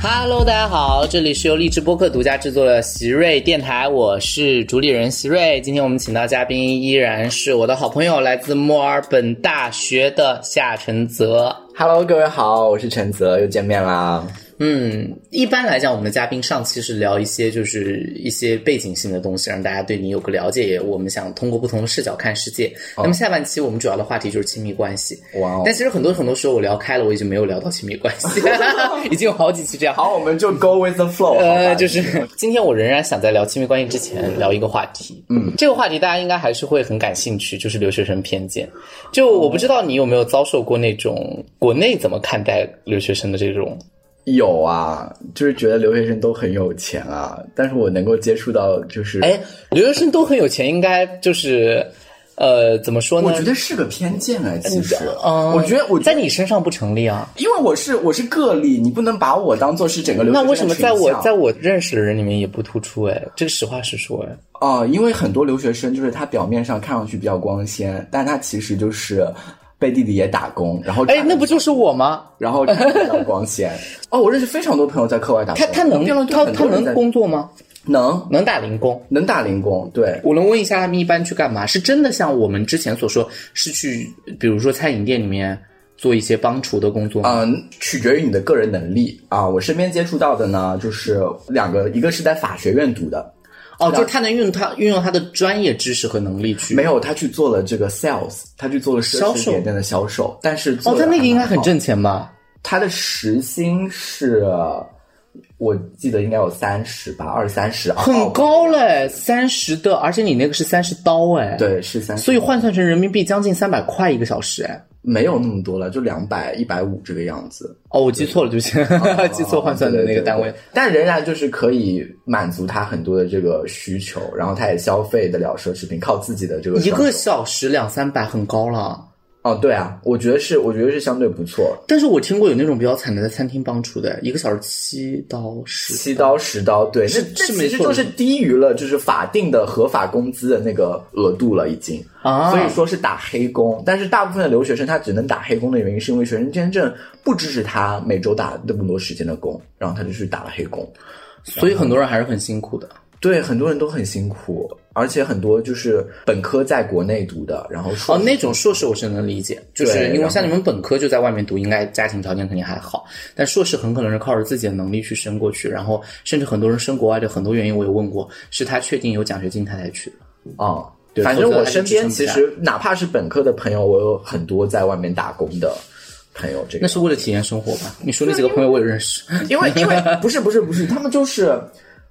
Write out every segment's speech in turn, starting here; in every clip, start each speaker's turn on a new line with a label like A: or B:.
A: Hello，大家好，这里是由荔枝播客独家制作的席瑞电台，我是主理人席瑞。今天我们请到嘉宾依然是我的好朋友，来自墨尔本大学的夏承泽。
B: Hello，各位好，我是陈泽，又见面啦。
A: 嗯，一般来讲，我们的嘉宾上期是聊一些就是一些背景性的东西，让大家对你有个了解。也我们想通过不同的视角看世界。那么下半期我们主要的话题就是亲密关系。
B: 哇哦
A: 但其实很多很多时候我聊开了，我已经没有聊到亲密关系，已经有好几期这样。
B: 好，我们就 go with the flow 好吧。
A: 呃，就是 今天我仍然想在聊亲密关系之前聊一个话题，嗯，这个话题大家应该还是会很感兴趣，就是留学生偏见。就我不知道你有没有遭受过那种国内怎么看待留学生的这种，
B: 有啊，就是觉得留学生都很有钱啊，但是我能够接触到，就是
A: 哎，留学生都很有钱，应该就是，呃，怎么说呢
B: 我？觉得是个偏见哎，其实，
A: 嗯
B: 我觉得我觉
A: 在
B: 得，
A: 你身上不成立啊。
B: 因为我是我是个例，你不能把我当做是整个留学
A: 那
B: 生的
A: 为什么在我
B: 群像
A: 在我认识的人里面也不突出？哎，这个实话实说，哎，
B: 哦，因为很多留学生就是他表面上看上去比较光鲜，但他其实就是背地里也打工，然后
A: 哎，那不就是我吗？
B: 然后看着比较光 鲜。哦，我认识非常多朋友在课外打工，
A: 他他能
B: 辩论队
A: 他
B: 很
A: 他
B: 多人
A: 能
B: 在
A: 工作吗？
B: 能
A: 能打零工？
B: 能打零工，对，
A: 我能问一下，他们一般去干嘛？是真的像我们之前所说，是去比如说餐饮店里面做一些帮厨的工作吗？
B: 嗯，取决于你的个人能力啊。我身边接触到的呢，就是两个，一个是在法学院读的，
A: 哦，就是他能运用他运用他的专业知识和能力去。
B: 没有他去做了这个 sales，他去做了奢
A: 销
B: 侈
A: 售
B: 品店的销售，但是做
A: 哦，他
B: 得
A: 那
B: 还
A: 个应该
B: 蛮
A: 很
B: 好，
A: 挣钱吧？
B: 他的时薪是。我记得应该有三十吧，二三十啊，
A: 很高嘞，三十的，而且你那个是三十刀哎。。
B: 对，是三十，
A: 所以换算成人民币将近三百块一个小时哎。
B: 没有那么多了，就两百、一百五这个样子。
A: 哦，我记错了，对不啊起， 记错换算的那个单位
B: 对对。对但仍然就是可以满足他很多的这个需求，然后他也消费得了奢侈品，靠自己的这个
A: 一
B: 双
A: 个
B: 手
A: 小时两三百，很高了。
B: 哦，对啊，我觉得是，我觉得是相对不错，
A: 但是我听过有那种比较惨的，在餐厅帮厨的，一个小时七到十。
B: 七刀十刀，对，
A: 是
B: 这
A: 是
B: 这
A: 没
B: 其实
A: 错
B: 就是低于了就是法定的合法工资的那个额度了，已经。
A: 啊
B: 所以说是打黑工，但是大部分的留学生他只能打黑工的原因，是因为学生签证不支持他每周打那么多时间的工，然后他就去打了黑工。
A: 所以很多人还是很辛苦的。
B: 对，很多人都很辛苦，而且很多就是本科在国内读的，然后硕
A: 哦，
B: 士
A: 那种硕士我是能理解，就是
B: 对
A: 因为
B: 然
A: 像你们本科就在外面读，应该家庭条件肯定还好，但硕士很可能是靠着自己的能力去升过去，然后甚至很多人升国外的很多原因我也问过，是他确定有奖学金他才去的。
B: 啊、
A: 对
B: 反正
A: 否则
B: 我
A: 还是
B: 身
A: 支
B: 边
A: 撑不
B: 其
A: 下
B: 实哪怕是本科的朋友，我有很多在外面打工的朋友，这个
A: 那是为了体验生活吧？你说那几个朋友我也认 识，
B: 因为因 为不是不是不是，他们就是，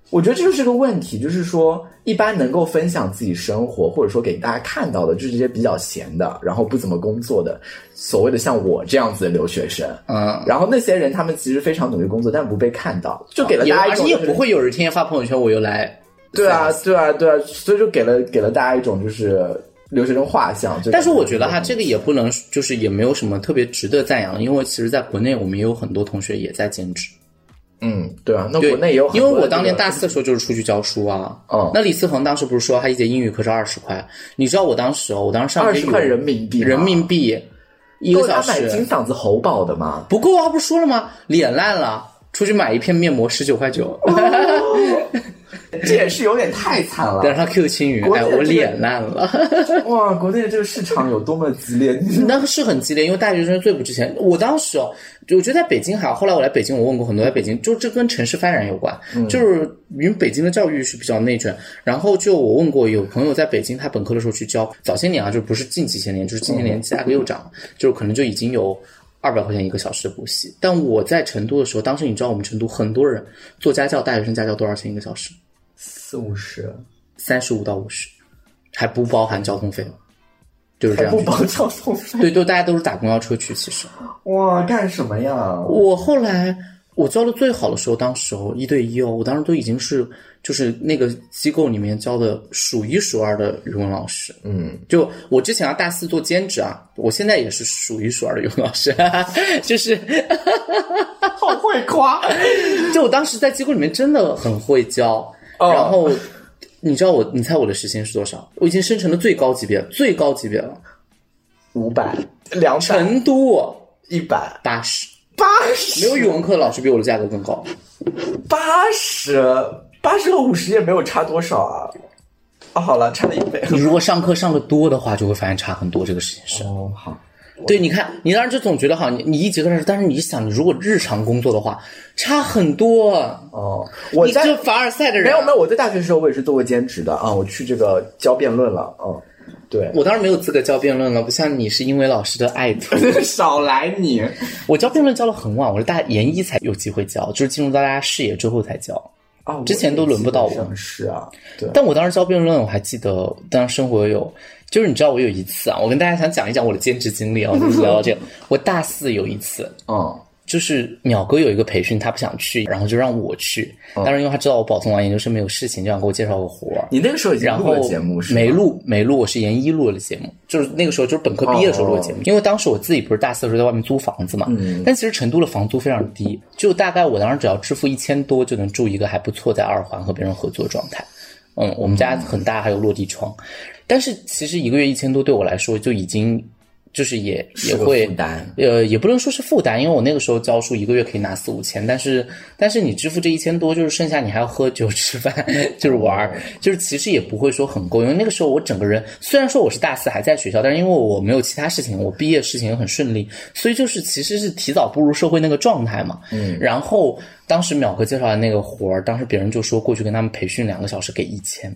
B: 我觉得这就是个问题，就是说，一般能够分享自己生活，或者说给大家看到的，就是这些比较闲的，然后不怎么工作的，所谓的像我这样子的留学生。
A: 嗯，
B: 然后那些人，他们其实非常努力工作，但不被看到，就给了
A: 啊也
B: 大家一
A: 而
B: 种
A: 且
B: 就
A: 也
B: 是、
A: 不会有人天天发朋友圈我又来。
B: 对啊，对啊，对啊，所以就给了给了大家一种就是留学生画像。就
A: 但是我觉得哈，这个也不能就是也没有什么特别值得赞扬的，因为其实在国内我们也有很多同学也在兼职。
B: 嗯，对啊，那
A: 对，
B: 国内也有很多
A: 因为
B: 这个，
A: 我当年大四的时候就是出去教书啊。
B: 嗯
A: 那李思恒当时不是说他一节英语课是二十块？你知道我当时哦，我当时上
B: 二
A: 节
B: 十
A: 语文
B: 块人民币吗，
A: 人民币一
B: 够
A: 个小
B: 他买金
A: 时
B: 嗓子喉宝的吗？
A: 不够啊，不是说了吗？脸烂了，出去买一片面膜十九块九，
B: 这也是有点太惨了
A: 但是他 Q 青云，
B: 国内
A: 哎，
B: 的这个
A: 我脸烂了。
B: 哇！国内的这个市场有多么激烈？
A: 那是很激烈，因为大学生最不值钱。我当时哦，我觉得在北京还好，后来我来北京，我问过很多在北京，就这跟城市发展有关，
B: 嗯
A: 就是因为北京的教育是比较内卷。然后就我问过有朋友在北京，他本科的时候去教，早些年啊，就不是近几些年，就是近些年价格又涨，就是可能就已经有。二百块钱一个小时的补习，但我在成都的时候，当时你知道我们成都很多人做家教，大学生家教多少钱一个小时？
B: 四五十，
A: 三十五到五十，还不包含交通费，就是这
B: 还
A: 样
B: 不
A: 去。
B: 包交通费？
A: 对，就大家都是打公交车去，其实。
B: 哇，干什么呀？
A: 我后来我教的最好的时候，当时候一对一哦，我当时都已经是就是那个机构里面教的数一数二的语文老师。
B: 嗯，
A: 就我之前啊，大四做兼职啊，我现在也是数一数二的语文老师， 就是
B: 好会夸。
A: 就我当时在机构里面真的很会教，
B: 哦
A: 然后你知道我，你猜我的时薪是多少？我已经升成了最高级别，最高级别了，
B: 五百、两百、
A: 成都哦
B: 一百、
A: 八十，
B: 八
A: 没
B: 十，
A: 有语文课的老师比我的价格更高，
B: 八十，八十和五十也没有差多少啊。啊，好了，差了一倍。
A: 你如果上课上的多的话，就会发现差很多。这个事情是，
B: 哦，好，
A: 对，你看，你当时就总觉得好，你你一节课上，但是你想，你如果日常工作的话，差很多。
B: 哦，我
A: 你
B: 在
A: 就凡尔赛的人，
B: 没有没有，我在大学时候我也是做过兼职的啊，我去这个教辩论了，嗯，对，
A: 我当然没有资格教辩论了，不像你是因为老师的爱徒。
B: 少来你，
A: 我教辩论教了很晚，我是大研一才有机会教，就是进入到大家视野之后才教。
B: 哦，
A: 之前都轮不到我
B: 是啊，对，
A: 但我当时教辩论，我还记得，当时生活有，就是你知道我有一次啊，我跟大家想讲一讲我的兼职经历啊，我就是聊到这个，我大四有一次，
B: 嗯，
A: 就是鸟哥有一个培训，他不想去，然后就让我去。
B: 哦
A: 当时因为他知道我保送完研究生没有事情，就想给我介绍个活儿。
B: 你那个时候已经
A: 然
B: 录
A: 后
B: 了节目是吗
A: 没录没录，我是研一录了节目，就是那个时候就是本科毕业的
B: 哦
A: 时候录的节目，因为当时我自己不是大四的时候在外面租房子嘛，
B: 嗯
A: 但其实成都的房租非常低，就大概我当时只要支付一千多就能住一个还不错在二环和别人合租的状态。嗯，我们家很大，还有落地窗，但是其实一个月一千多对我来说就已经就是也也
B: 是个
A: 会
B: 负担
A: 呃，也不能说是负担，因为我那个时候教书一个月可以拿四五千，但是但是你支付这一千多，就是剩下你还要喝酒、 吃饭，就是玩儿，就是其实也不会说很够，因为那个时候我整个人虽然说我是大四还在学校，但是因为我没有其他事情，我毕业事情也很顺利，所以就是其实是提早步入社会那个状态嘛。嗯，然后当时淼哥介绍的那个活儿，当时别人就说过去跟他们培训两个小时给一千，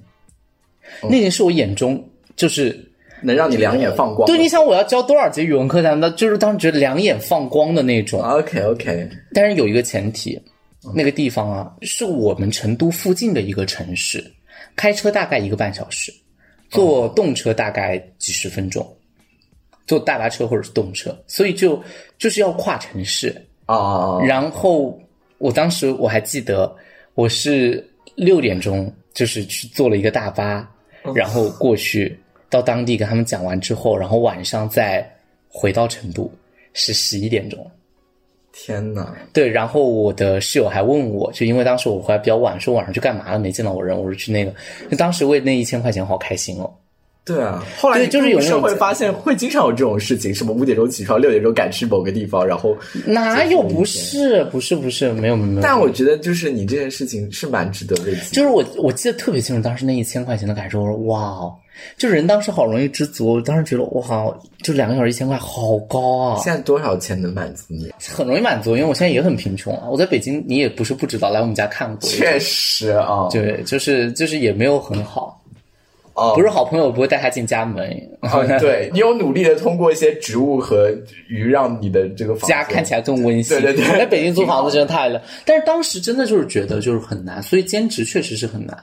A: 那件事我眼中就是
B: 能让你两眼放光。
A: 对，你想我要教多少节语文课才能到？就是当时觉得两眼放光的那种。
B: ，OK OK，
A: 但是有一个前提，那个地方啊是我们成都附近的一个城市，开车大概一个半小时，坐动车大概几十分钟，坐大巴车或者是动车，所以就就是要跨城市。
B: 哦哦
A: 然后我当时我还记得，我是六点钟就是去坐了一个大巴，
B: 哦
A: 然后过去到当地跟他们讲完之后，然后晚上再回到成都是十一点钟。
B: 天哪，
A: 对，然后我的室友还问我，就因为当时我回来比较晚，说晚上去干嘛了，没见到我人，我说去那个。就当时为那一千块钱好开心哦。
B: 对啊，后来
A: 对就是有那
B: 社
A: 种
B: 会发现会经常有这种事情，什么五点钟起床，六点钟赶去某个地方，然后，
A: 哪有不是不是不是没有没有没有。
B: 但我觉得就是你这件事情是蛮值得为己
A: 就是我我记得特别清楚，当时那一千块钱的感受，我说哇哦，就人当时好容易知足，我当时觉得哇，哦就两个小时一千块，好高啊，
B: 现在多少钱能满足你？
A: 很容易满足，因为我现在也很贫穷啊，我在北京你也不是不知道，来我们家看过，
B: 确实啊，
A: 对，就是就是也没有很好，
B: 哦，
A: 不是好朋友不会带他进家门，
B: 啊， 对你有努力的通过一些植物和鱼，让你的这个房
A: 家
B: 子
A: 看起来更温馨。
B: 对对对
A: 在北京租房子真的太累，但是当时真的就是觉得就是很难，所以兼职确实是很难。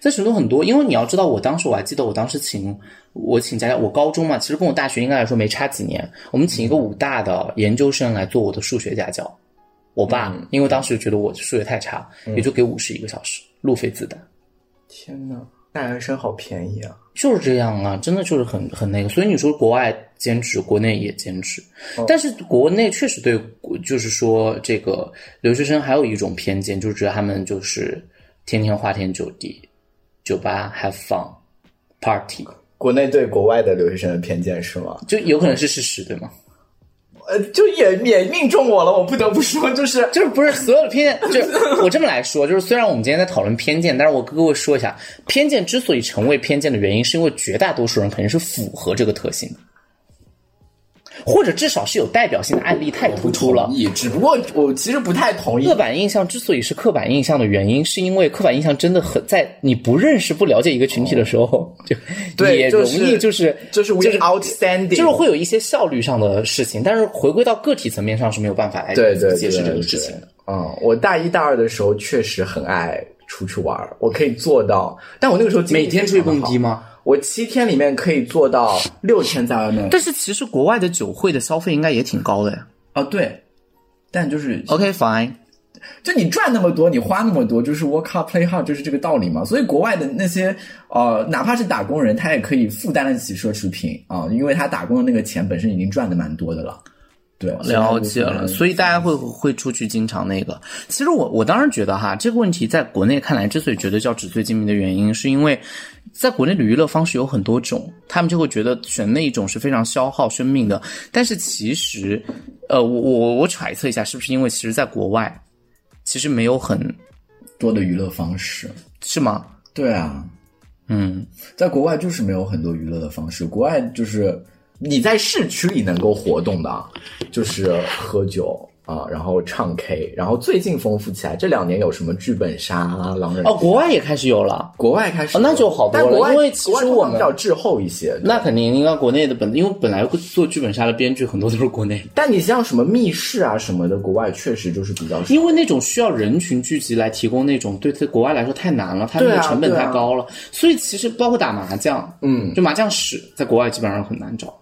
A: 在成都很多，因为你要知道，我当时我还记得，我当时请我请家教，我高中嘛，其实跟我大学应该来说没差几年。我们请一个武大的研究生来做我的数学家教，我爸、
B: 嗯
A: 因为当时觉得我数学太差，也就给五十一个小时，路费自担。
B: 天呐，大学生好便宜啊！
A: 就是这样啊，真的就是很很那个，所以你说国外兼职，国内也兼职，但是国内确实对，就是说这个留学生还有一种偏见，就是觉得他们就是天天花天酒地，酒吧 have fun party，
B: 国内对国外的留学生的偏见是吗？
A: 就有可能是事实，对吗？
B: 呃，就也也命中我了，我不得不说，就是
A: 就是不是所有的偏见，就是我这么来说，就是虽然我们今天在讨论偏见，但是我跟各位说一下，偏见之所以成为偏见的原因，是因为绝大多数人肯定是符合这个特性的，或者至少是有代表性的案例太突出 了
B: 同。意，只不过我其实不太同意
A: 刻。板印象之所以是刻板印象的原因，是因为刻板印象真的很在你不认识、不了解一个群体的时候， 就
B: 对
A: 也
B: 就
A: 容
B: 是
A: 易就是
B: 就是 we outstanding，
A: 就是会有一些效率上的事情，但是回归到个体层面上是没有办法来
B: 对对
A: 解释这
B: 对
A: 个事情的。
B: 嗯，我大一大二的时候确实很爱出去玩儿，我可以做到，但我那个时候
A: 每天出去蹦迪
B: 吗？
A: 吗？
B: 我七天里面可以做到六天在外面。
A: 但是其实国外的酒会的消费应该也挺高的呀。
B: 哦，对，但就是、
A: OK fine，
B: 就你赚那么多，你花那么多，就是 work hard play hard，就是这个道理嘛。所以国外的那些呃，哪怕是打工人，他也可以负担得起奢侈品啊、因为他打工的那个钱本身已经赚的蛮多的了。对，
A: 了嗯解了，所
B: 以
A: 以大家会会出去经常那个。其实我我当然觉得哈，这个问题在国内看来，之所以觉得叫纸醉金迷的原因，是因为在国内的娱乐方式有很多种，他们就会觉得选那一种是非常消耗生命的。但是其实，呃，我我我揣测一下，是不是因为其实在国外，其实没有很
B: 多的娱乐方式。
A: 是吗？
B: 对啊，
A: 嗯，
B: 在国外就是没有很多娱乐的方式，国外就是你在市区里能够活动的啊，就是喝酒啊，然后唱 K，然后最近丰富起来，这两年有什么剧本杀、啊、狼人
A: 哦，国外也开始有了。
B: 国外开始
A: 哦
B: 有、
A: 那就好多
B: 但国
A: 了
B: 外
A: 因为其
B: 国外
A: 实
B: 通
A: 我
B: 常
A: 们
B: 比较滞后一些。
A: 那肯定，应该国内的本，因为本来做剧本杀的编剧很多都是国内，
B: 但你像什么密室啊什么的，国外确实就是比较少。
A: 因为那种需要人群聚集来提供那种，对国外来说太难了，它那
B: 对
A: 个
B: 啊
A: 成本
B: 对啊
A: 太高了，所以其实包括打麻将，
B: 嗯，
A: 就麻将室在国外基本上很难找。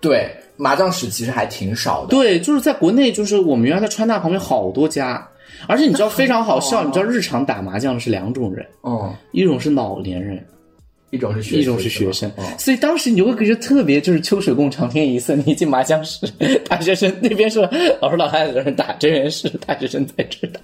B: 对，麻将室其实还挺少的。
A: 对，就是在国内，就是我们原来在川大旁边好多家，而且你知道非常好笑，
B: 啊
A: 你知道日常打麻将的是两种人，
B: 嗯，
A: 一种是老年人，
B: 一种是学生，
A: 一种是学生
B: 吧哦，
A: 所以当时你就会觉得特别就是秋水共长天一色。你一进麻将室，大学生那边是老师老汉子在那打，这边是大学生在这打，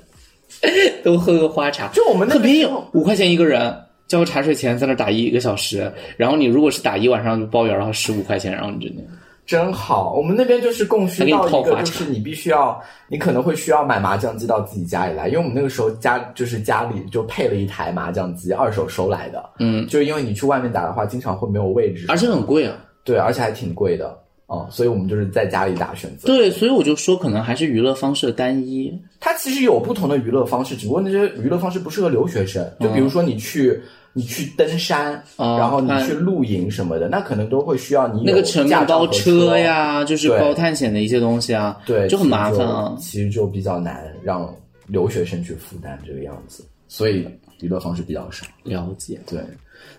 A: 都喝个花茶，
B: 就我们那
A: 特
B: 个
A: 便宜
B: 时候，
A: 五块钱一个人。交个茶水钱，在那打一一个小时，然后你如果是打一晚上就包圆，然后十五块钱，然后你就那样
B: 真好，我们那边就是供需
A: 还
B: 到
A: 给
B: 一
A: 你泡
B: 个，
A: 花
B: 就
A: 茶
B: 是你必须要，你可能会需要买麻将机到自己家里来，因为我们那个时候家就是家里就配了一台麻将机，二手收来的。
A: 嗯，
B: 就因为你去外面打的话，经常会没有位置，
A: 而且很贵啊。
B: 对，而且还挺贵的哦、所以我们就是在家里打选择。
A: 对，所以我就说，可能还是娱乐方式的单一。
B: 它其实有不同的娱乐方式，只不过那些娱乐方式不适合留学生。
A: 嗯
B: 就比如说你去、你去登山，
A: 哦
B: 然后你
A: 看
B: 去露营什么的，那可能都会需要你有
A: 那个成
B: 驾
A: 本
B: 照
A: 高
B: 和
A: 车，呀，就是
B: 对
A: 高探险的一些东西啊，
B: 对，
A: 就很麻烦啊。
B: 其实就其实就比较难让留学生去负担这个样子，所以娱乐方式比较少。
A: 了解。
B: 对，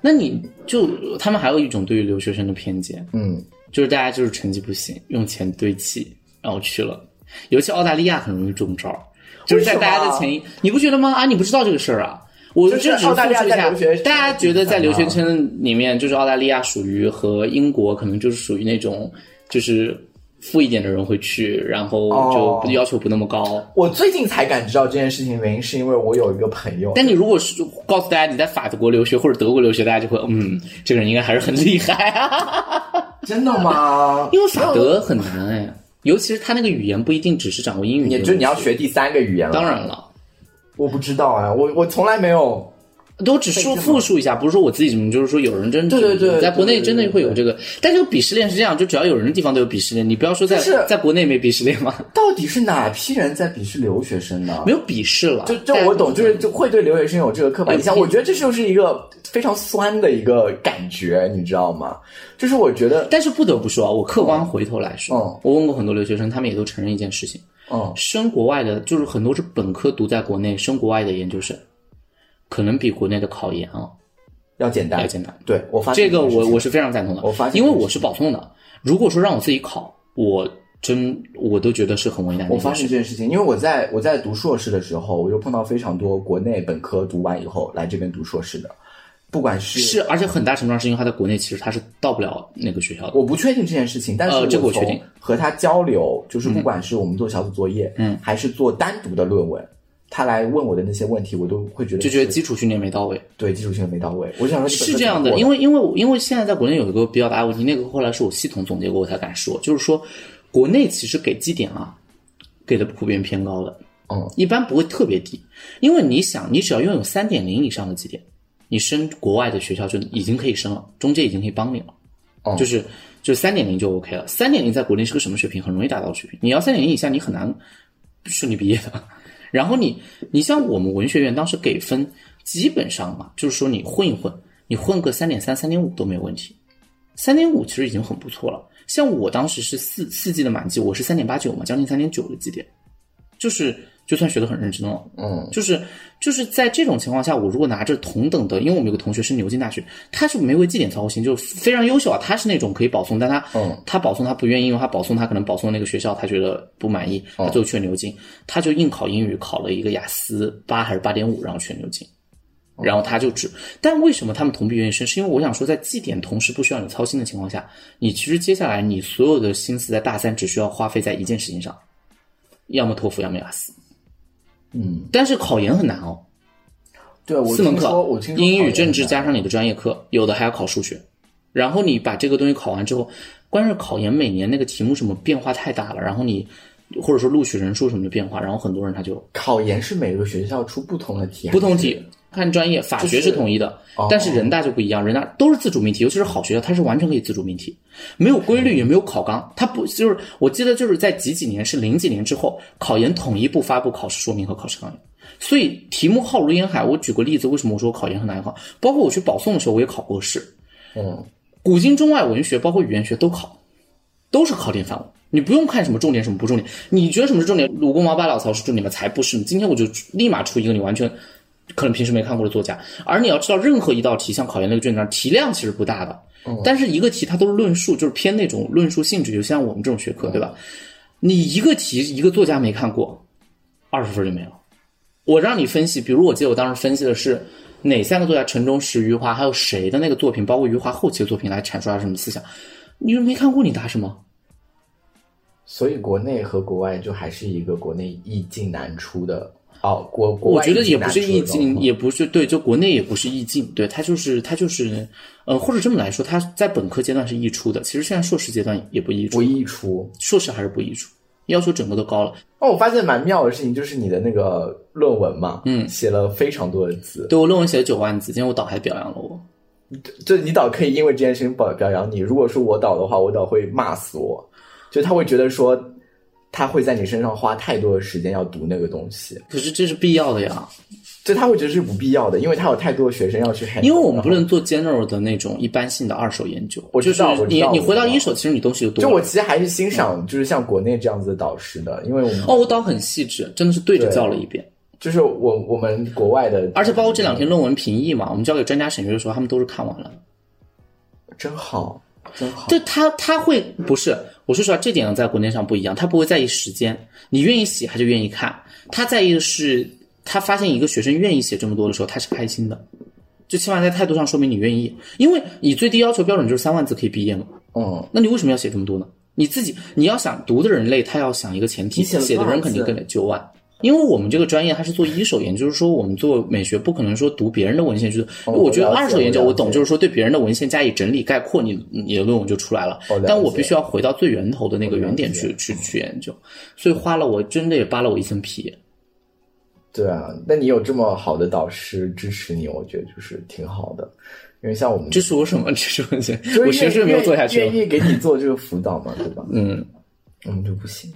A: 那你就他们还有一种对于留学生的偏见，
B: 嗯，
A: 就是大家就是成绩不行，用钱堆砌，然后去了，尤其澳大利亚很容易中招，就是在
B: 为什么
A: 大家的潜意，你不觉得吗？啊，你不知道这个事儿啊。我
B: 就
A: 就是只是
B: 澳
A: 复
B: 大利亚
A: 述一
B: 在
A: 下
B: 留学，
A: 大家觉得在留学
B: 圈
A: 圈里面，就是澳大利亚属于和英国可能就是属于那种，就是富一点的人会去，然后就
B: 哦
A: 不要求不那么高。
B: 我最近才感知到这件事情，原因是因为我有一个朋友，
A: 但你如果是告诉大家你在法国留学或者德国留学，大家就会嗯，这个人应该还是很厉害啊。
B: 真的吗？
A: 因为法德很难哎，尤其是他那个语言不一定只是掌握英语这个
B: 也
A: 东西，
B: 就你要学第三个语言了。
A: 当，然了，
B: 我不知道哎，我我从来没有
A: 都只说复述一下，不是说我自己怎么，就是说有人真
B: 对对对
A: 在国内真的会有
B: 对
A: 这个，但这个鄙视链是这样，就只要有人的地方都有鄙视链，你不要说在
B: 就是
A: 在国内没鄙视链吗？
B: 到底是哪批人在鄙视留学生呢？
A: 没有鄙视了，
B: 就就
A: 大家
B: 我懂，就是就会对留学生有这个刻板印象。
A: 嗯
B: 我觉得这就是一个非常酸的一个感觉，你知道吗？就是我觉得，
A: 但是不得不说啊，我客观回头来说，
B: 嗯
A: 我问过很多留学生，他们也都承认一件事情：
B: 嗯，
A: 升国外的，就是很多是本科读在国内，升国外的研究生，可能比国内的考研啊
B: 要简单
A: 要，简单。
B: 对我发现
A: 这个
B: 件事
A: 我
B: 情
A: 我是非常赞同的，
B: 我发现
A: 因为我是保送的。如果说让我自己考，我真我都觉得是很为难的
B: 我
A: 一
B: 发
A: 件
B: 现
A: 事。
B: 这件事情，因为我在我在读硕士的时候，我就碰到非常多国内本科读完以后来这边读硕士的，不管是
A: 是，而且很大程度上是因为他在国内其实他是到不了那个学校的。
B: 我不确定这件事情，但是
A: 呃这个我
B: 从
A: 确定
B: 和他交流，就是不管是我们做小组作业，
A: 嗯，
B: 还是做单独的论文，他来问我的那些问题，我都会觉得
A: 就觉得
B: 是
A: 基础训练没到位，
B: 对基础性没到位。我就想说
A: 是这样的，因
B: 为
A: 为因为我因为现在在国内有一个比较大的问题，那个后来是我系统总结过我才敢说，就是说国内其实给绩点啊，给的普遍偏高的，
B: 嗯，
A: 一般不会特别低，因为你想，你只要拥有三点零以上的绩点，你升国外的学校就已经可以升了，中介已经可以帮你了，
B: 哦
A: 就是就三点零就 OK 了。三点零在国内是个什么水平？很容易达到的水平。你要三点零以下，你很难顺利毕业的。然后你你像我们文学院当时给分，基本上嘛，就是说你混一混，你混个三点三、三点五都没有问题。三点五其实已经很不错了。像我当时是四四级的满级，我是三点八九嘛，将近三点九的绩点，就是就算学得很认真了，
B: 嗯，
A: 就是就是在这种情况下，我如果拿着同等的，因为我们有个同学是牛津大学，他是没为绩点操心，就是非常优秀啊，他是那种可以保送，但他、
B: 嗯
A: 他保送他不愿意，因为他保送他可能保送那个学校他觉得不满意，他最后去了牛津，他就硬考英语考了一个雅思八还是八点五，然后去了牛津。然后他就只，但为什么他们同比愿意升？是因为我想说，在绩点同时不需要你操心的情况下，你其实接下来你所有的心思在大三只需要花费在一件事情上，要么托福，要么雅思。
B: 嗯，
A: 但是考研很难哦，
B: 对我
A: 四门
B: 听
A: 课
B: 说我听，说
A: 英
B: 考
A: 语、
B: 研
A: 政治
B: 难
A: 加上你的专业课，有的还要考数学。然后你把这个东西考完之后，关键是考研每年那个题目什么变化太大了，然后你或者说录取人数什么的变化，然后很多人他就
B: 考研是每个学校出不同的题，
A: 不同题。看专业，法学是统一的，
B: 哦
A: 但是人大就不一样，人大都是自主命题，尤其是好学校，它是完全可以自主命题，没有规律，也没有考纲，它不就是我记得就是在几几年是零几年之后，考研统一不发布考试说明和考试纲要，所以题目浩如烟海。我举个例子，为什么我说考研很难考？包括我去保送的时候，我也考过试，
B: 嗯，
A: 古今中外文学，包括语言学都考，都是考点范围。你不用看什么重点什么不重点，你觉得什么是重点？鲁公毛八老曹是重点吗？才不是！你今天我就立马出一个你完全可能平时没看过的作家。而你要知道，任何一道题，像考研那个卷子上，题量其实不大的，但是一个题它都是论述，就是偏那种论述性质，就像我们这种学科，对吧？你一个题一个作家没看过，二十分就没有。我让你分析，比如我记得我当时分析的是哪三个作家，陈忠实、余华，还有谁的那个作品，包括余华后期的作品来阐述他什么思想。你没看过，你答什么？
B: 所以国内和国外就还是一个国内易进难出的哦，国国
A: 我
B: 外
A: 觉得也不是意
B: 易
A: 境，
B: 进难出的状况
A: 也不是对，就国内也不是意境，对，它就是它就是，呃，或者这么来说，它在本科阶段是溢出的，其实现在硕士阶段也不溢
B: 不
A: 出，
B: 易出。
A: 硕士还是不溢出，要求整个都高了。
B: 哦，我发现蛮妙的事情就是你的那个论文嘛，嗯，写了非常多的字，
A: 对我论文写了九万字，今天我导还表扬了我，
B: 就你导可以因为这件事情表表扬你。如果说我导的话，我导会骂死我，就他会觉得说他会在你身上花太多的时间要读那个东西，
A: 可是这是必要的呀，
B: 就他会觉得是不必要的，因为他有太多的学生要去 handle，
A: 因为我们不
B: 然后
A: 能做 general 的那种一般性的二手研究，
B: 我
A: 就
B: 知
A: 是
B: 道我知
A: 你
B: 道
A: 你
B: 我
A: 回到
B: 知道
A: 一手，其实你东西就多
B: 就
A: 了。
B: 我其实还是欣赏就是像国内这样子的导师的，因为我们
A: 哦，我导很细致，真的是对着教了一遍，
B: 就是我我们国外的，
A: 而且包括这两天论文评议嘛，我们交给专家审阅的时候，他们都是看完了。
B: 真好，真好。
A: 就他他会不是，我说实话，这点在国内上不一样，他不会在意时间，你愿意写他就愿意看，他在意的是他发现一个学生愿意写这么多的时候，他是开心的，就起码在态度上说明你愿意，因为你最低要求标准就是三万字可以毕业嘛，
B: 嗯，
A: 那你为什么要写这么多呢？你自己你要想读的人累，他要想一个前提，
B: 你写了
A: 写的
B: 多少
A: 人肯定
B: 字
A: 更累，九万。因为我们这个专业它是做一手研究，就是说我们做美学不可能说读别人的文献去，
B: 哦
A: 我觉得
B: 我了解
A: 二手研究
B: 我了
A: 我
B: 解
A: 懂，就是说对别人的文献加以整理概括，你你的论文就出来了
B: 我了。解
A: 但我必须要回到最源头的那个原点
B: 我
A: 去去去研究，所以花了我真的也扒了我一层皮。
B: 对啊，那你有这么好的导师支持你，我觉得就是挺好的，因为像我们
A: 这是我什么？这是我这
B: 就是
A: 我学
B: 愿
A: 术没有做下去
B: 愿
A: 了。
B: 愿意给你做这个辅导嘛，对吧？
A: 嗯，
B: 我们就不行。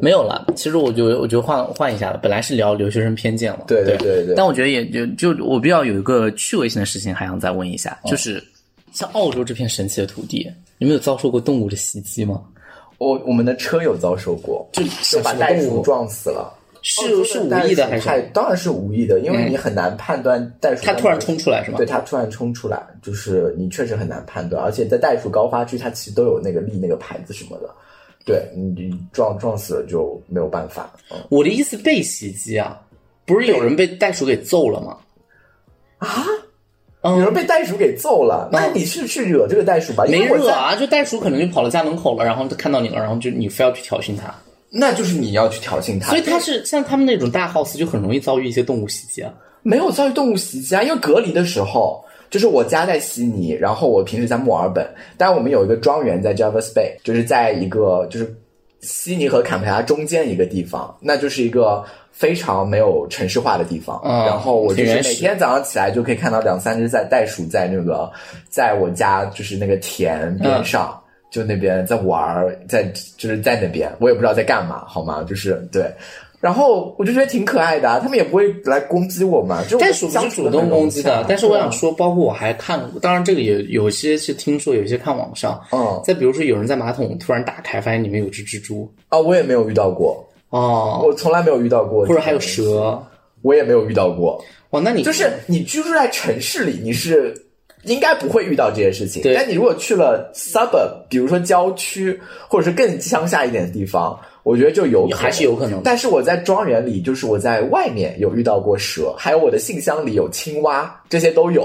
A: 没有了。其实我就我就换换一下了，本来是聊留学生偏见嘛。
B: 对
A: 对
B: 对对，
A: 但我觉得也就就我比较有一个趣味性的事情，还想再问一下，
B: 哦
A: 就是像澳洲这片神奇的土地，你们有遭受过动物的袭击吗？
B: 我我们的车有遭受过，
A: 就
B: 就
A: 小
B: 把
A: 什么
B: 袋
A: 动
B: 鼠哦
A: 物
B: 撞死了。
A: 是是无意的还
B: 太
A: 是嗯
B: 当然是无意的，因为你很难判断袋鼠
A: 它突然冲出来是吗
B: 对，？它突然冲出来，就是你确实很难判断，而且在袋鼠高发区，它其实都有那个立那个牌子什么的。对你你撞撞死了就没有办法，嗯，
A: 我的意思被袭击啊，不是有人被袋鼠给揍了吗？嗯
B: 有人被袋鼠给揍了，那你是去惹这个袋鼠吧？因
A: 没
B: 为我
A: 惹
B: 在
A: 啊，就袋鼠可能就跑到家门口了，然后就看到你了，然后就你非要去挑衅
B: 啊
A: 它，
B: 那就是你要去挑衅它，
A: 所以它是像他们那种大 house 就很容易遭遇一些动物袭击啊。
B: 没有遭遇动物袭击啊，因为隔离的时候，就是我家在悉尼，然后我平时在墨尔本，但我们有一个庄园在 Jervis Bay，就是在一个就是悉尼和坎培拉中间一个地方，那就是一个非常没有城市化的地方。
A: 嗯
B: 然后我就
A: 挺
B: 是
A: 原始
B: 每天早上起来就可以看到两三只在袋鼠在那个在我家就是那个田边上。就那边在玩儿，在就是在那边，我也不知道在干嘛，好吗？就是对，然后我就觉得挺可爱的、啊，他们也不会来攻击我嘛。就
A: 袋鼠不是主动攻击的，但是我想
B: 说，
A: 说，包括我还看，当然这个也有些是听说，有些看网上。
B: 嗯
A: 再比如说，有人在马桶突然打开，发现里面有只蜘蛛
B: 啊，我也没有遇到过，
A: 哦，
B: 我从来没有遇到过，
A: 或者还有，蛇。
B: 我也没有遇到过。
A: 哇，那你
B: 就是你居住在城市里，你是应该不会遇到这些事情。
A: 对
B: 但你如果去了 suburb，比如说郊区，或者是更乡下一点的地方，我觉得就有可能
A: 还是有可能的
B: 但是我在庄园里，就是我在外面有遇到过蛇，还有我的信箱里有青蛙，这些都有。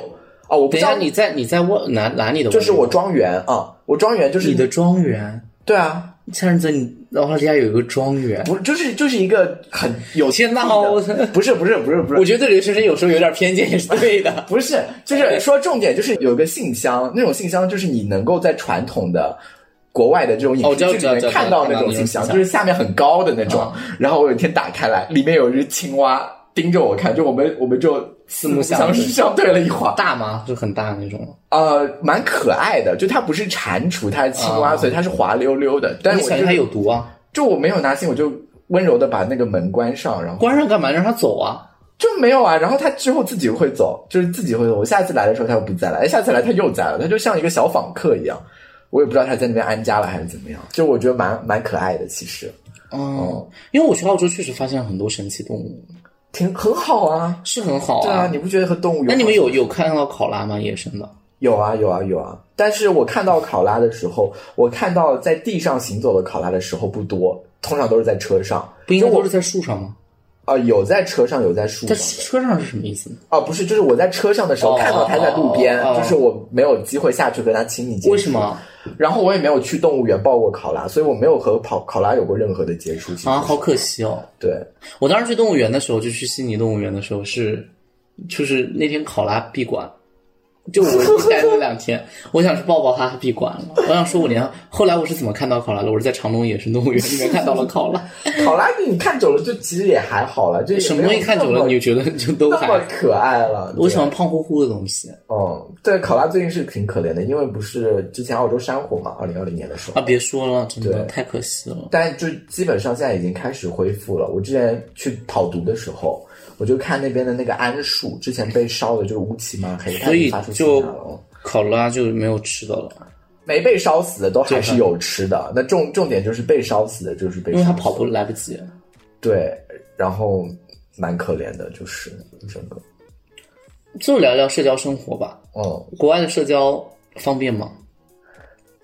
B: 哦，我
A: 等
B: 不知
A: 一下
B: 道
A: 你在你在问哪哪里的问题？
B: 就是我庄园啊，我庄园就是
A: 你的庄园，
B: 对啊，
A: 前阵子你澳大利亚有一个庄园，
B: 不就是就是一个很有
A: 天哪
B: 地的
A: 我
B: 不是不是不是不
A: 我
B: 是。
A: 觉得对留学生有时候有点偏见也是对的。
B: 不是，就是说重点就是有一个信箱，那种信箱就是你能够在传统的国外的这种影
A: 哦我
B: 视
A: 知道
B: 剧里面
A: 知道
B: 看到那种形象，就是下面很高的那种。
A: 嗯
B: 然后我有一天打开来，里面有一只青蛙盯着我看，就我们我们就四
A: 目相
B: 相
A: 对
B: 相对了一会儿。
A: 大吗？就很大那种。
B: 呃，蛮可爱的，就它不是蟾蜍，它是青蛙，
A: 啊
B: 所以它是滑溜溜的。但
A: 你
B: 是我
A: 小心
B: 就
A: 它有毒啊！
B: 就我没有拿心，我就温柔的把那个门关上，然后
A: 关上干嘛？让它走啊！
B: 就没有啊。然后它之后自己会走，就是自己会走。我下次来的时候它又不再来，哎下次来它又在了，它就像一个小访客一样。我也不知道它在那边安家了还是怎么样，就我觉得蛮蛮可爱的，其实
A: 哦，因为我去澳洲确实发现很多神奇动物，
B: 挺很好啊。
A: 是很好
B: 对啊，
A: 啊。
B: 你不觉得和动物有？
A: 那你们有有看到考拉吗？野生的？
B: 有啊有啊有啊！但是我看到考拉的时候，我看到在地上行走的考拉的时候不多，通常都是在车上。
A: 不应该
B: 就我
A: 都是在树上吗？
B: 啊、有在车上，有在树
A: 在
B: 上。
A: 车上是什么意思呢？
B: 哦，不是，就是我在车上的时候
A: 哦
B: 看到它在路边，
A: 哦哦
B: 就是我没有机会下去和它亲密接触。
A: 为什？么
B: 然后我也没有去动物园抱过考拉，所以我没有和考考拉有过任何的接触。其实
A: 啊？好可惜哦！
B: 对，
A: 我当时去动物园的时候，就去悉尼动物园的时候是，就是那天考拉闭馆，就我一待了两天， 我想去抱抱它，它闭馆了。我想说，我连后来我是怎么看到考拉的？我是在长隆野生动物园里面看到了考 拉。
B: 考拉你看久了就其实也还好了，就也
A: 什么
B: 没有
A: 东西看久
B: 那
A: 了，
B: 么
A: 你就觉得就都
B: 那
A: 还
B: 么可爱了。
A: 我
B: 对
A: 喜欢胖乎乎的东西
B: 嗯，对，考拉最近是挺可怜的，因为不是之前澳洲山火嘛，二零二零年的时候。
A: 啊！别说了，真的
B: 对
A: 太可惜了。
B: 但就基本上现在已经开始恢复了。我之前去跑毒的时候，我就看那边的那个桉树，之前被烧的就是乌漆嘛黑，它
A: 所
B: 已经
A: 以
B: 发出
A: 就
B: 信号了。
A: 考拉就没有吃的了，
B: 没被烧死的都还是有吃的，那重重点就是被烧死的，就是被
A: 因为
B: 烧
A: 它
B: 死
A: 跑步来不及。
B: 对，然后蛮可怜的，就是整个
A: 就聊聊社交生活吧，
B: 嗯，
A: 国外的社交方便吗？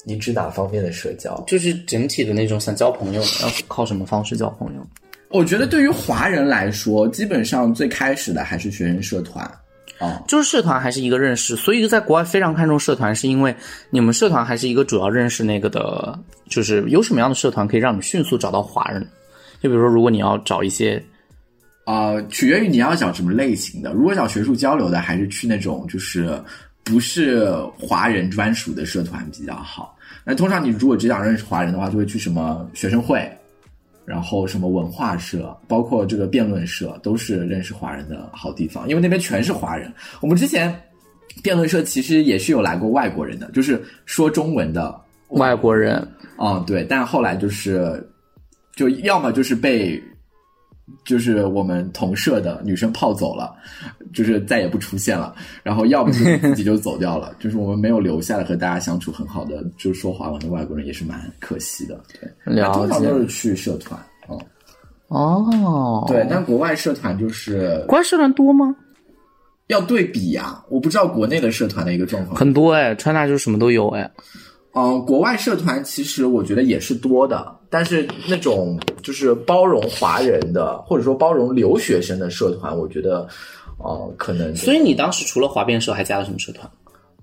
B: 你指哪方面的社交？
A: 就是整体的那种想交朋友，要靠什么方式交朋友？
B: 我觉得对于华人来说，基本上最开始的还是学生社团。啊、
A: 就是社团还是一个认识，所以在国外非常看重社团，是因为你们社团还是一个主要认识那个的，就是有什么样的社团可以让你迅速找到华人？就比如说，如果你要找一些
B: 呃，取决于你要找什么类型的。如果找学术交流的，还是去那种就是不是华人专属的社团比较好。那通常你如果只想认识华人的话，就会去什么学生会，然后什么文化社，包括这个辩论社，都是认识华人的好地方，因为那边全是华人。我们之前辩论社其实也是有来过外国人的，就是说中文的
A: 外国人，
B: 嗯，对，但后来就是，就要么就是被，就是我们同社的女生泡走了，就是再也不出现了，然后要么就是自己就走掉了， 就是我们没有留下来和大家相处很好的，就是说华文的外国人也是蛮可惜的。对，
A: 了解
B: 啊通常都是去社团，嗯，
A: 哦，
B: 对，，但国外社团就是
A: 国外社团多吗？
B: 要对比呀、我不知道国内的社团的一个状况。
A: 很多哎，川大就是什么都有哎。
B: 嗯、国外社团其实我觉得也是多的，但是那种就是包容华人的，或者说包容留学生的社团，我觉得，呃，可能
A: 所以你当时除了华辩社，还加了什么社团？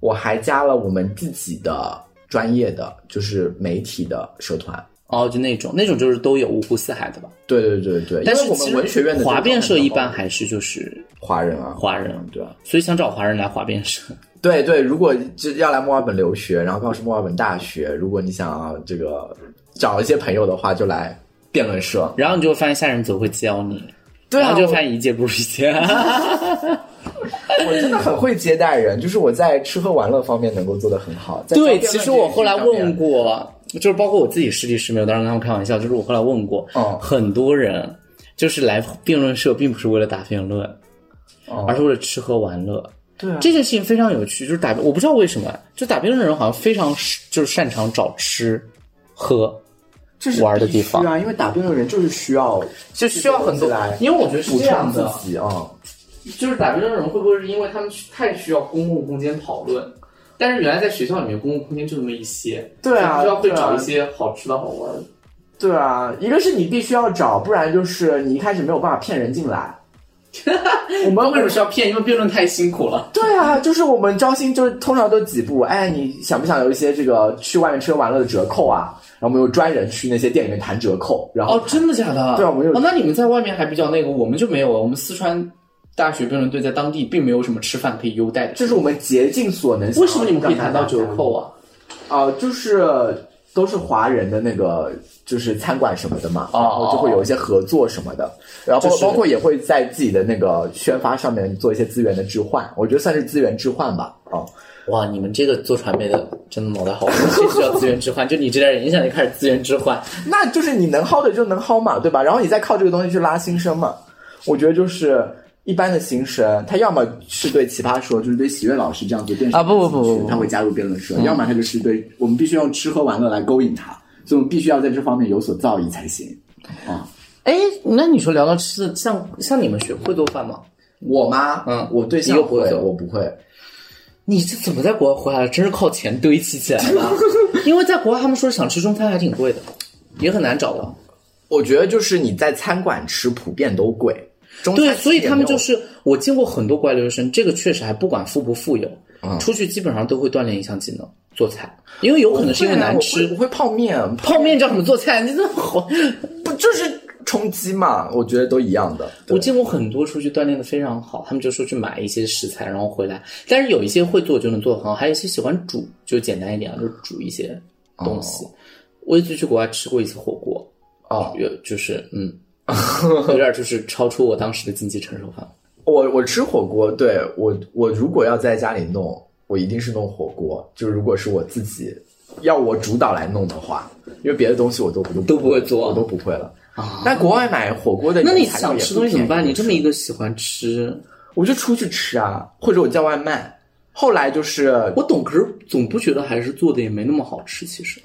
B: 我还加了我们自己的专业的，就是媒体的社团。
A: 哦，就那种，那种就是都有五湖四海的吧。
B: 对对对对，
A: 但
B: 因
A: 是
B: 为我
A: 其
B: 们
A: 实
B: 文学院的
A: 华辩
B: 辩
A: 社一般还是就是
B: 华人啊，
A: 华人，
B: 对啊
A: 所以想找华人来华辩社。
B: 对对，如果就要来墨尔本留学，然后刚好是墨尔本大学，如果你想这个找一些朋友的话，就来辩论社。
A: 然后你就会发现下人总会教你，
B: 对
A: 然
B: 啊，
A: 后就发现一届不如一届。
B: 我真的很会接待人，就是我在吃喝玩乐方面能够做得很好。在
A: 对，
B: 方便
A: 其实我后来
B: 这一方
A: 问
B: 面，
A: 过，就是包括我自己师弟师妹，我当时跟他们开玩笑，就是我后来问过，
B: 哦
A: 很多人就是来辩论社并不是为了打辩论，
B: 哦
A: 而是为了吃喝玩乐。
B: 对啊
A: 这件事情非常有趣，就是打我不知道为什么，就打辩论的人好像非常就是擅长找吃喝，
B: 这是
A: 玩的地方
B: 必须啊，因为打辩论人就是需要
A: 就需要很多
B: 这些东西来，
A: 因为我觉得是
B: 补
A: 这样
B: 充
A: 的，
B: 自己啊。
A: 就是打辩论的人会不会是因为他们太需要公共空间讨论？但是原来在学校里面，公共空间就那么一些，
B: 对
A: 所
B: 啊
A: 以就要会
B: 对啊
A: 找一些好吃的好玩的。
B: 对啊，一个是你必须要找，不然就是你一开始没有办法骗人进 来。我们
A: 为什么需要骗？因为辩论太辛苦了。
B: 对啊，就是我们招新就是通常都几步，哎，你想不想有一些这个去外面吃喝玩乐的折扣啊？然后我们有专人去那些店里面谈折扣，然后
A: 哦，真的假的？
B: 对啊我们有
A: 哦，那你们在外面还比较那个，我们就没有啊。我们四川大学辩论队在当地并没有什么吃饭可以优待的。
B: 这是我们竭尽所能。
A: 为什么你们可以谈到折扣啊？
B: 呃啊，就是都是华人的那个就是餐馆什么的嘛，
A: 哦
B: 然后就会有一些合作什么的，然后
A: 就是
B: 包括也会在自己的那个宣发上面做一些资源的置换，我觉得算是资源置换吧。哦，
A: 哇，你们这个做传媒的真的脑袋好，这是叫资源置换。就你这代人，一下就开始资源置换，
B: 那就是你能薅的就能薅嘛，对吧？然后你再靠这个东西去拉新生嘛。我觉得就是一般的新生，他要么是对奇葩说，就是对喜悦老师这样子辩手
C: 啊不不不
B: 感兴趣
C: 不不嗯
B: 他会加入辩论社；要么他就是对我们必须用吃喝玩乐来勾引他，所以我们必须要在这方面有所造诣才行。
A: 哎，那你说聊到吃的，像像你们学会做饭吗？
B: 我吗？
A: 嗯
B: 我对象
A: 你又不
B: 会
A: 会，
B: 我不会。
A: 你这怎么在国外活下来？真是靠钱堆砌起来 的。啊因为在国外，他们说想吃中餐还挺贵的，也很难找到。
B: 我觉得就是你在餐馆吃，普遍都贵。中餐
A: 对，所以
B: 吃也
A: 他们
B: 没有
A: 就是我见过很多国外留学生，这个确实还不管富不富有，出去基本上都会锻炼一项技能，做菜，因为有可能是因为
B: 对啊
A: 难
B: 我
A: 吃
B: 会我。会泡面，
A: 泡面叫什么做菜？你这好，
B: 不就是充饥嘛？我觉得都一样的。对
A: 我见过很多出去锻炼的非常好，他们就说去买一些食材，然后回来。但是有一些会做就能做得很好，还有一些喜欢煮，就简单一点，就煮一些东西。我也就去国外吃过一次火锅，
B: 哦，
A: 有就是嗯， 有点就是超出我当时的经济承受范围。
B: 我我吃火锅，对我我如果要在家里弄，我一定是弄火锅。就如果是我自己要我主导来弄的话，因为别的东西我都不
A: 都不会做啊
B: 我都不会了。但国外买火锅的，
A: 那你想吃东西怎么办？你这么一个喜欢吃，
B: 我就出去吃啊，或者我叫外卖。后来就是
A: 我懂，可是总不觉得还是做的也没那么好吃。其实，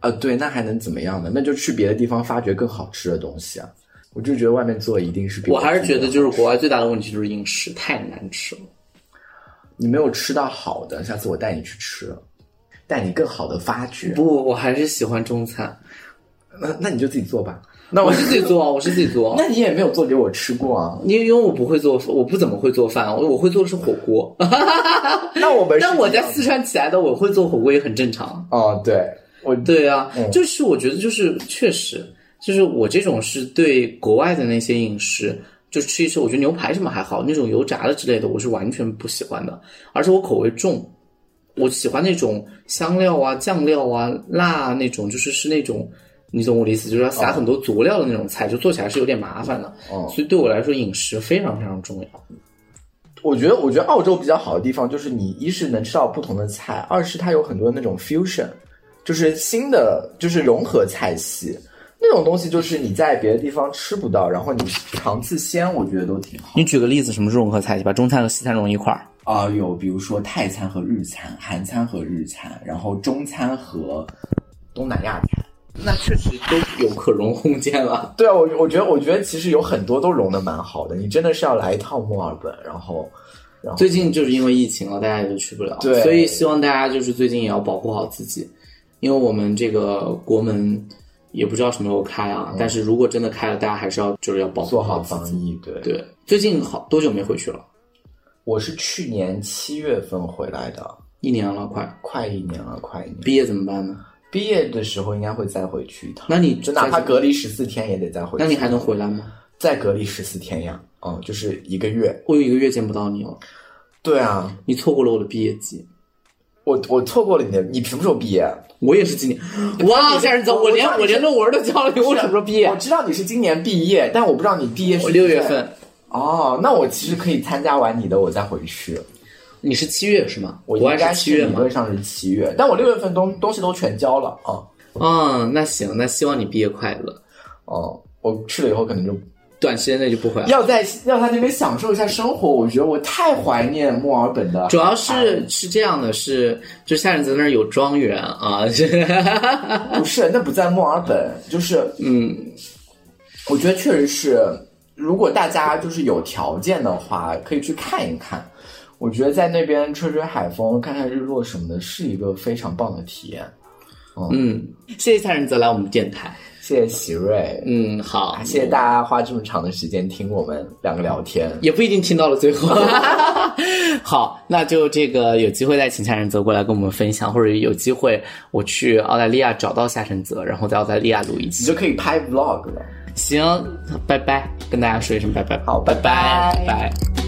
B: 啊，对，那还能怎么样呢？那就去别的地方发掘更好吃的东西啊！我就觉得外面做一定是比
A: 我还是觉得
B: 自己
A: 就是国外最大的问题就是饮食太难吃 了。
B: 你没有吃到好的，下次我带你去吃，带你更好的发掘。
A: 不，我还是喜欢中餐。
B: 那那你就自己做吧。那
A: 我是自己做啊，我是自己做啊。
B: 那你也没有做给我吃 过啊？
A: 因为因为我不会做，我不怎么会做饭，我我会做的是火锅。
B: 那我们是
A: 但我在
B: 一样
A: 四川起来的，我会做火锅也很正常。
B: 哦，对我
A: 对啊，就是我觉得就是确实，就是我这种是对国外的那些饮食，就吃一吃，我觉得牛排什么还好，那种油炸的之类的，我是完全不喜欢的，而且我口味重。我喜欢那种香料啊、酱料啊、辣啊那种，就是是那种，你懂我的意思，就是要撒很多佐料的那种菜，就做起来是有点麻烦的。
B: 哦
A: 所以对我来说，饮食非常非常重要。
B: 我觉得我觉得澳洲比较好的地方就是你一是能吃到不同的菜，二是它有很多那种 fusion，就是新的就是融合菜系。那种东西就是你在别的地方吃不到，然后你尝次鲜，我觉得都挺好。
A: 你举个例子，什么是融合菜系？把中餐和西餐融一块儿。
B: 啊、有比如说泰餐和日餐、韩餐和日餐，然后中餐和东南亚餐。
A: 那确实都有可融空间了。
B: 对啊，我我觉得我觉得其实有很多都融的蛮好的，你真的是要来一趟墨尔本，然后
A: 最近就是因为疫情了，大家也都去不了，
B: 对
A: 所以希望大家就是最近也要保护好自己，因为我们这个国门也不知道什么时候开啊，但是如果真的开了，大家还是要就是要保护
B: 做好
A: 自己。
B: 防疫。对，
A: 对，最近好多久没回去了？
B: 我是去年七月份回来的，
A: 一年了，快
B: 快一年了，快一年。
A: 毕业怎么办呢？
B: 毕业的时候应该会再回去一趟，
A: 那你
B: 就哪
A: 在
B: 怕隔离十四天也得再回去。
A: 那你还能回来吗？
B: 再隔离十四天呀？嗯，就是一个月。
A: 我有一个月见不到你了，
B: 对啊，
A: 你错过了我的毕业季。
B: 我我错过了你的，你什么时候毕业？
A: 我也是今年，哇，吓人走！我连
B: 我知道你是
A: 我
B: 啊
A: 连论文都交了，我哦什么时候毕业
B: 我？知道你是今年毕业，但我不知道你毕业是
A: 我六月。份，
B: 哦，那我其实可以参加完你的，我再回去。
A: 你是七月是吗？国
B: 我应
A: 外
B: 该
A: 是七月
B: 理
A: 吗？
B: 论上是七月，但我六月份东东西都全交了啊。
A: 嗯，那行，那希望你毕业快乐。
B: 哦、我去了以后可能就
A: 短时间内就不回来了。
B: 要在要在那边享受一下生活。我觉得我太怀念墨尔本的，
A: 主要
B: 哎
A: 是是这样的，是就夏仁泽那儿有庄园啊，
B: 不是那不在墨尔本，就是嗯，我觉得确实是，如果大家就是有条件的话，可以去看一看。我觉得在那边吹吹海风、看看日落什么的，是一个非常棒的体验。
A: 嗯， 谢谢夏仁泽来我们电台，
B: 谢谢喜瑞，
A: 嗯，好，
B: 谢谢大家花这么长的时间听我们两个聊天。
A: 也不一定听到了最后。 好，那就这个有机会再请夏仁泽过来跟我们分享，或者有机会我去澳大利亚找到夏仁泽，然后在澳大利亚录一
B: 你
A: 期。
B: 就可以拍 vlog 了。
A: 行，拜拜，跟大家说一声拜拜，
B: 好拜
A: 拜
B: 拜
A: 拜。拜